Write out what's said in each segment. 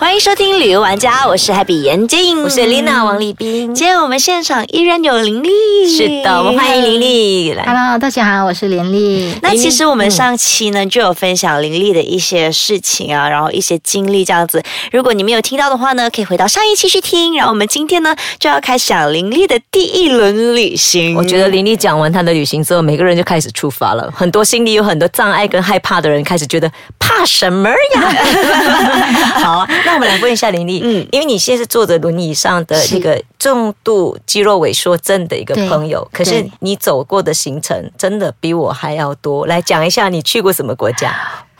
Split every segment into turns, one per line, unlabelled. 欢迎收听旅游玩家，我是 Happy 严静，
我是 Lina 王立斌。
今天我们现场依然有林丽，
是的，我们欢迎林。丽来。
Hello，大家好，我是连丽。
那其实我们上期呢就有分享林丽的一些事情啊，然后一些经历这样子。如果你没有听到的话呢，可以回到上一期去听。然后我们今天呢就要开讲林丽的第一轮旅行。
我觉得林丽讲完她的旅行之后，每个人就开始出发了。很多心里有很多障碍跟害怕的人，开始觉得怕什么 呀？好，那我们来问一下林丽，
嗯
嗯，因为你现在是坐着轮椅上的
是
一个重度肌肉萎缩症的一个
对
朋友，可是
对
你走过的行程真的比我还要多。来讲一下你去过什么国家？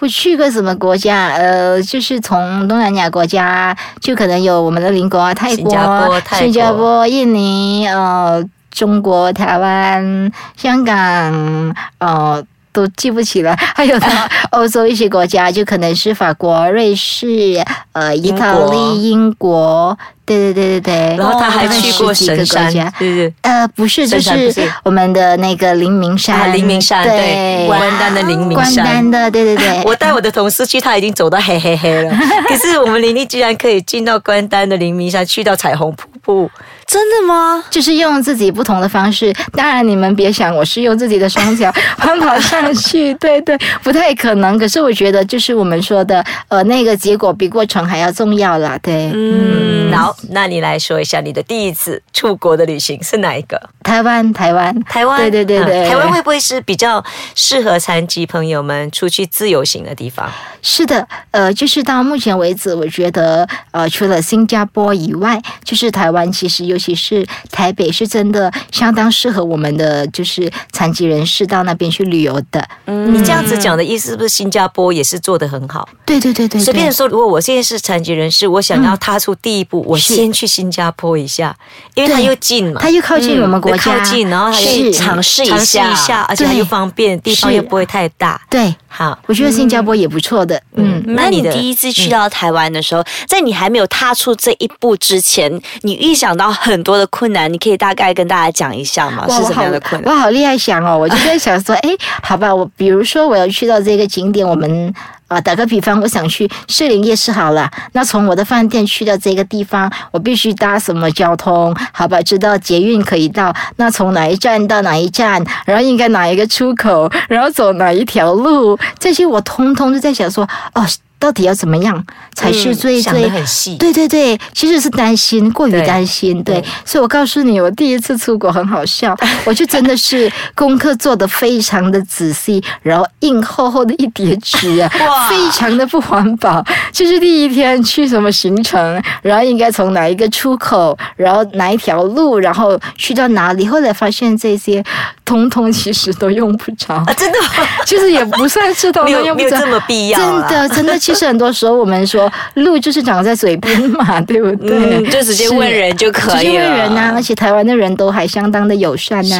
会去个什么国家？呃，就是从东南亚国家，就可能有我们的邻国啊泰国、
新加坡泰国
新加坡印尼，呃，中国、台湾、香港，呃。都记不起了，还有呢，
啊
欧洲一些国家，就可能是法国、瑞士、呃，意
英国
大利、英国，对对对对对。
然后他还
大概
去
哦十
过
几个
神山，
国家
是不是？
呃，不是，就
深山不
是
是
我们的那个灵明山，
啊，灵明山，对，
对，
关丹的灵明
关
山
丹。的，对对对，
我带我的同事去，他已经走到黑黑 黑了。可是我们林丽居然可以进到关丹的黎明山，去到彩虹瀑布，
真的吗？
就是用自己不同的方式。当然，你们别想我是用自己的双脚 攀爬上去，对对，不太可能。可是我觉得，就是我们说的，呃，那个结果比过程还要重要啦，对。
嗯，好，那你来说一下你的第一次出国的旅行是哪一个？
台湾，台湾，
台湾，
对对对
嗯
对，
台湾会不会是比较适合残疾朋友们出去自由行的地方？
是的，呃，就是到目前为止，我觉得呃，除了新加坡以外，就是台湾，其实尤其是台北，是真的相当适合我们的就是残疾人士到那边去旅游的。
你这样子讲的意思是不是新加坡也是做得很好？
对对对对
随便
对
说，如果我现在是残疾人士，我想要踏出第一步，我
是
先去新加坡一下，因为它
对
又近嘛，
它又靠近我们国家，
嗯靠近，然后它
是
又
尝试一下
尝试一下，而且它又方便，地方
是
又不会太大。
对，
好，
我觉得新加坡也不错的，嗯。
那你第
一
一次去到台湾的时候，在你还没有踏出这一步之前，你预想到很多的困难，你可以大概跟大家讲一下吗？
哇
是
我
什么
好
样的困难？
我好厉害 想哦，我就在想说，哎，好吧，我比如说我要去到这个景点，我们啊、呃打个比方，我想去士林夜市好了，那从我的饭店去到这个地方，我必须搭什么交通？好吧，知道捷运可以到，那从哪一站到哪一站，然后应该哪一个出口，然后走哪一条路，这些我通通都在想说，哦。到底要怎么样才
嗯
是最
嗯想得
最
很细，
对对对，其实是担心，过于
对
担心。对，
对
所以我告诉你，我第一次出国很 好笑，我就真的是功课做得非常的仔细，然后硬厚厚的一叠纸 啊
哇，
非常的不环保。就是第一天去什么行程，然后应该从哪一个出口，然后哪一条路，然后去到哪里，后来发现这些通通其实都用不着。
啊，真的吗
就是也不算是通
没
通
有
用
没
不
有
着，
这么必要
真
啊
啦，
的，真的，其实很多时候我们说路就是长在嘴边 嘛，对不对？
嗯，就直接
是
问人就可
直
以
接
了。
问人啊呐、而且台湾的人都还相当的友善呐、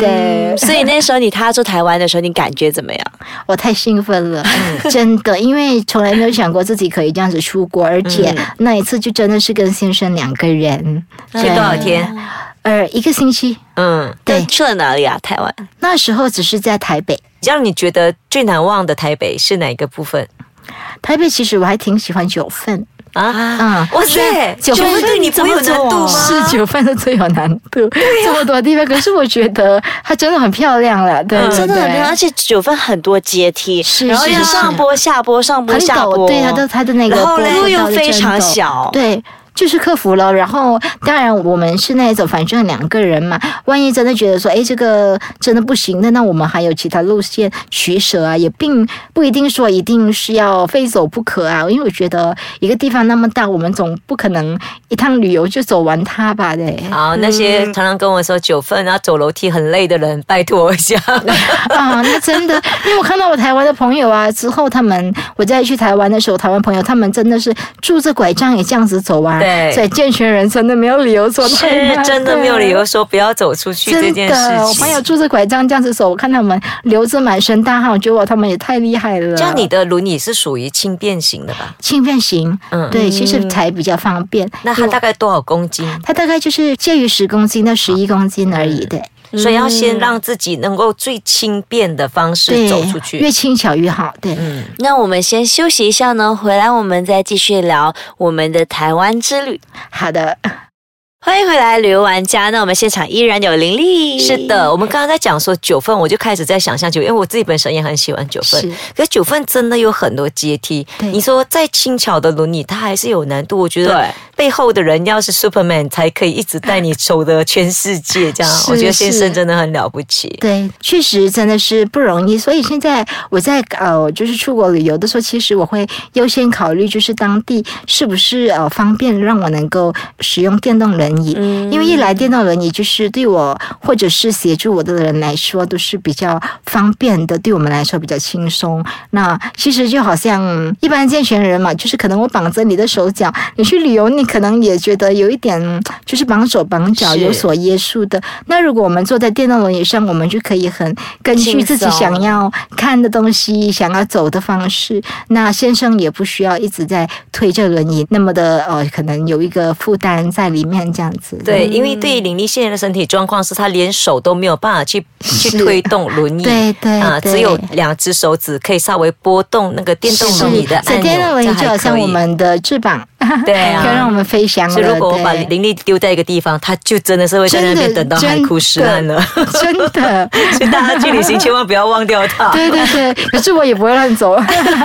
对，
所以那时候你踏出台湾的时候，你感觉怎么样？
我太兴 奋了，真的，因为从来没有想过自己可以这样子出国，而
嗯
且那一次就真的是跟先生两个人，
去多少天？
呃，一个星期，
嗯，
对
那去了哪里啊？台湾？
那时候只是在台北。
让你觉得最难忘的台北是哪一个部分
台北其实我还挺喜欢九份，
啊？
嗯，
哇塞，
九
就
份
是对你不会有难
哦
度吗？
是九份是最有难度，这么多地方，可是我觉得它真的很漂亮了，对，对
嗯真的很
嗯对
漂亮，而且九份很多阶梯，
是
然后
是
要
是
上坡下坡，上坡
很
下
陡，
坡，
对它的它的那个
然后
坡
嘞
度
路又
道是
非
真
常
陡
小，
对。就是克服了，然后当然我们是那一种，反正两个人嘛，万一真的觉得说，哎，这个真的不行，那那我们还有其他路线取舍啊，也并不一定说一定是要非走不可啊，因为我觉得一个地方那么大，我们总不可能一趟旅游就走完它吧，对。
好，那些常常跟我说九份然后走楼梯很累的人，拜托一下。
啊，那真的，因为我看到我台湾的朋友啊，之后他们我再去台湾的时候，台湾朋友他们真的是拄着拐杖也这样子走啊，
对
所以健全人真的没有理由说 太
是
慢
真的没有理。由
对
说不要走出去这
真
件事
的，我
情
朋。友拄着拐杖这样子走，我看他们流着满身大汗，我觉得哇，他们也太厉害了。
像你的轮椅是属于轻便型的吧？
轻便型，
嗯
对，其实才比较方便。
那它大概多少公斤？哦
它大概就是介于十公斤到十一公斤而已的，
所以要先让自己能够最轻便的方式
嗯对，
走出去。嗯
越轻巧越好。对，
那我们先休息一下呢，回来我们再继续聊我们的台湾之旅。
好的，
欢迎回来，旅游玩家。那我们现场依然有林丽，
是，的，我们刚刚在讲说九份，我就开始在想象九，因为我自己本身也很喜欢九份
是，
可是九份真的有很多阶梯。
对
你说再轻巧的轮椅，它还是有难度。我觉得
对
背后的人要是 Superman，才可以一直带你走的全世界。这样，
是
我觉得先生
是
真的很了不起。
对，确实真的是不容易。所以现在我在呃，就是出国旅游的时候，其实我会优先考虑就是当地是不是呃方便让我能够使用电动轮椅，嗯
嗯
因为一来电动轮椅就是对我或者是协助我的人来说都是比较方便的，对我们来说比较轻松。那其实就好像一般健全人嘛，就是可能我绑着你的手脚，你去旅游，你可能也觉得有一点嗯就是绑手绑脚
是
有所约束的。那如果我们坐在电动轮椅上，我们就可以很根据自己
轻松
想要看的东西、想要走的方式。那先生也不需要一直在推着轮椅，那么的呃，可能有一个负担在里面这样子。
对，因
嗯
为对于林丽现在的身体状况是，她连手都没有办法去去推动轮椅，
对对
啊，
对
只有两只手指可以稍微拨动那个电动轮椅的
所
按
以
钮，
电动轮椅
这
就
还
好像
可以
我们的翅膀，哎
对啊
可以让我们飞翔 了。
所以如果我把
对
林丽丢在一个地方，她就真的是会在那边等到海枯石烂了。
真的，
所以大家去旅行千万不要忘掉她。
对对对，可是我也不会乱走，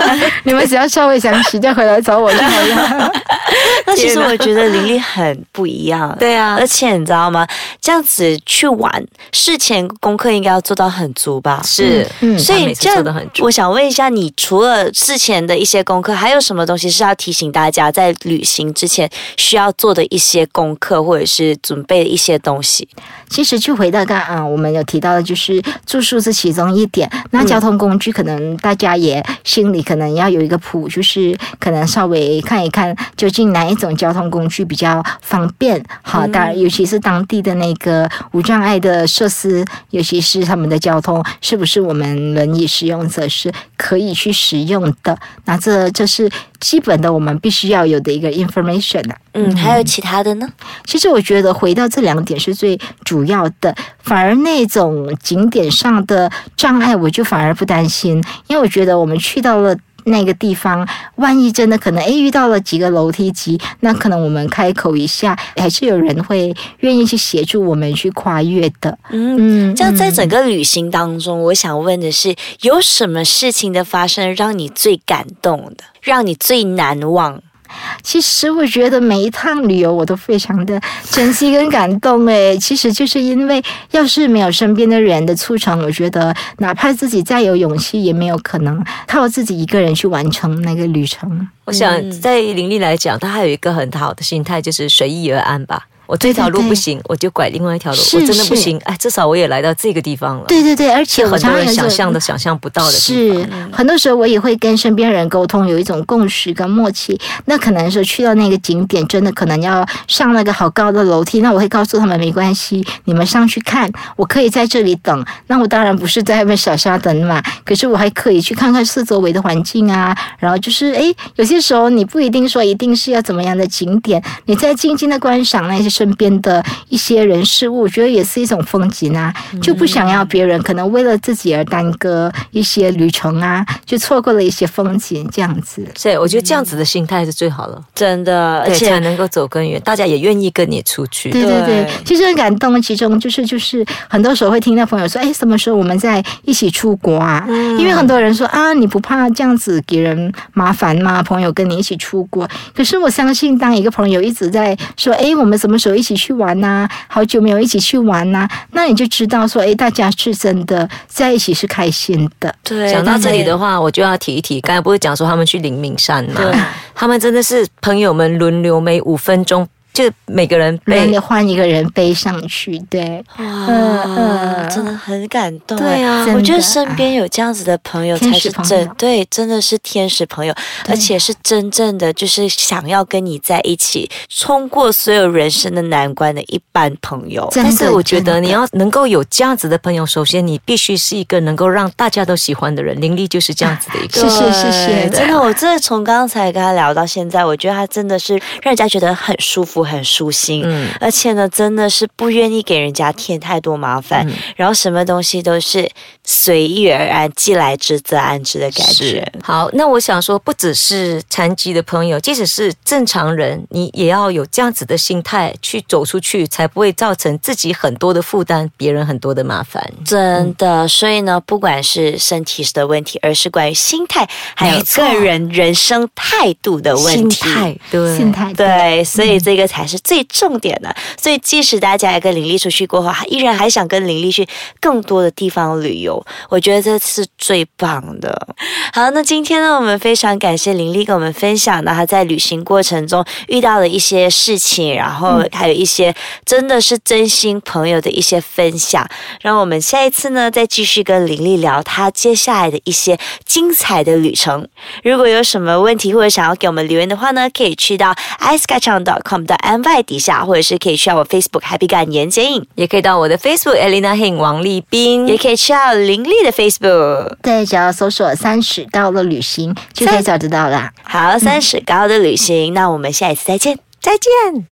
你们只要稍微想起再回来找我就好了。
那其实
天哪
我觉得林丽很不一样。
对啊
嗯
而且你知道吗？这样子去玩，事前功课应该要做到很足吧？
是，
嗯
所
她
以
每次
这
做得很
样，
足
我想问一下，你除了事前的一些功课，还有什么东西是要提醒大家在旅行之前需要做的一些功课，或者是准备的一些东西？
其实就回到刚啊、我们有提到的，就是住宿是其中一点。那交通工具可能大家也心里可能要有一个谱，就是可能稍微看一看究竟哪一种交通工具比较方便。好，当然尤其是当地的那个无障碍的设施，尤其是他们的交通，是不是我们轮椅使用者是可以去使用的？那这这是基本的，我们必须要有的一个 information 啊。
嗯，还有其他的呢？
其实我觉得回到这两点是最主要的，反而那种景点上的障碍，我就反而不担心，因为我觉得我们去到了。那个地方，万一真的可能诶遇到了几个楼梯级，那可能我们开口一下，还是有人会愿意去协助我们去跨越的。
嗯，
嗯，
这样在
嗯
整个旅行当中，我想问的是，有什么事情的发生让你最感动的，让你最难忘？
其实我觉得每一趟旅游我都非常的珍惜跟感动诶，其实就是因为要是没有身边的人的促成，我觉得哪怕自己再有勇气，也没有可能靠自己一个人去完成那个旅程。
我想在林丽来讲，她还有一个很好的心态，就是随遇而安吧。我这条路
对对对
不行，我就拐另外一条路。
是
我真的不行，哎，至少我也来到这个地方了。
对对对，而且我
很多
常常
人
有一
想
种
象都想象不到的地方。嗯
是，很多时候我也会跟身边人沟通，有一种共识跟默契。那可能是去到那个景点，真的可能要上那个好高的楼梯，那我会告诉他们没关系，你们上去看，我可以在这里等。那我当然不是在外面傻傻等嘛，可是我还可以去看看四周围的环境啊。然后就是，诶，有些时候你不一定说一定是要怎么样的景点，你在静静的观赏那些身边的一些人事物，我觉得也是一种风景啊。就不想要别人可能为了自己而耽搁一些旅程啊，就错过了一些风景这样子。
所以我觉得这样子的心态是最好了，
真的，而
对，才
且
能够走更远，大家也愿意跟你出去。
嗯对对对
对，
其实很感动。其中就是就是很多时候会听到朋友说，哎，什么时候我们再一起出国啊？因为很多人说啊，你不怕这样子给人麻烦吗？朋友跟你一起出国，可是我相信，当一个朋友一直在说，哎，我们什么时候一起去玩呐、好久没有一起去玩呐、那你就知道说，哎，大家是真的在一起是开心的。
对
讲到这里的
话，
话，我就要提一提，刚才不是讲说他们去灵敏山嘛
对，
他们真的是朋友们轮流每五分钟，就每个人
轮
被
流换一个人背上去，对，
哇，
嗯嗯
真的很感动。
对啊
哎我觉
真
得
的
身边有这样子的朋友才
天使
是
朋
真
友
对，真的是天使朋友，而且是真正的就是想要跟你在一起，冲过所有人生的难关的一般朋友。
真的
但是我觉
真
得
的
你要能够有这样子的朋友，首先你必须是一个能够让大家都喜欢的人，林丽就是这样子的一个。
谢谢谢
对
谢，
真的，我真的从刚才跟他聊到现在，我觉得他真的是让人家觉得很舒服、很舒心，嗯，而且呢，真的是不愿意给人家添太多麻烦，然后什么东西都是随遇而安，既来之则安之的感觉。
好，那我想说，不只是残疾的朋友，即使是正常人，你也要有这样子的心态去走出去，才不会造成自己很多的负担，别人很多的麻烦。
真的，所以呢，不管是身体的问题，而是关于心态，还有
没错
个人人生态度的问
心
题。
态，对，
心态
对，所以这个才是最重点的。所以即使大家也跟林丽出去过后，还依然还想跟林丽去更多的地方旅游，我觉得这是最棒的。好，那今天呢，我们非常感谢林丽跟我们分享呢，她在旅行过程中遇到的一些事情，然后还有一些真的是真心朋友的一些分享。让我们下一次呢，再继续跟林丽聊她接下来的一些精彩的旅程。如果有什么问题或者想要给我们留言的话呢，可以去到 i s k a c h a n g c o m 的 my 底下，或者是可以去到我 Facebook Happy 感言剪影，
也可以到我的 Facebook Elena Hing 王丽斌，
也可以去到林丽的 Facebook。
对，只要搜索“三十到了旅行”就可以找得到啦。
好，三十高的旅行，那我们下一次再见，再见。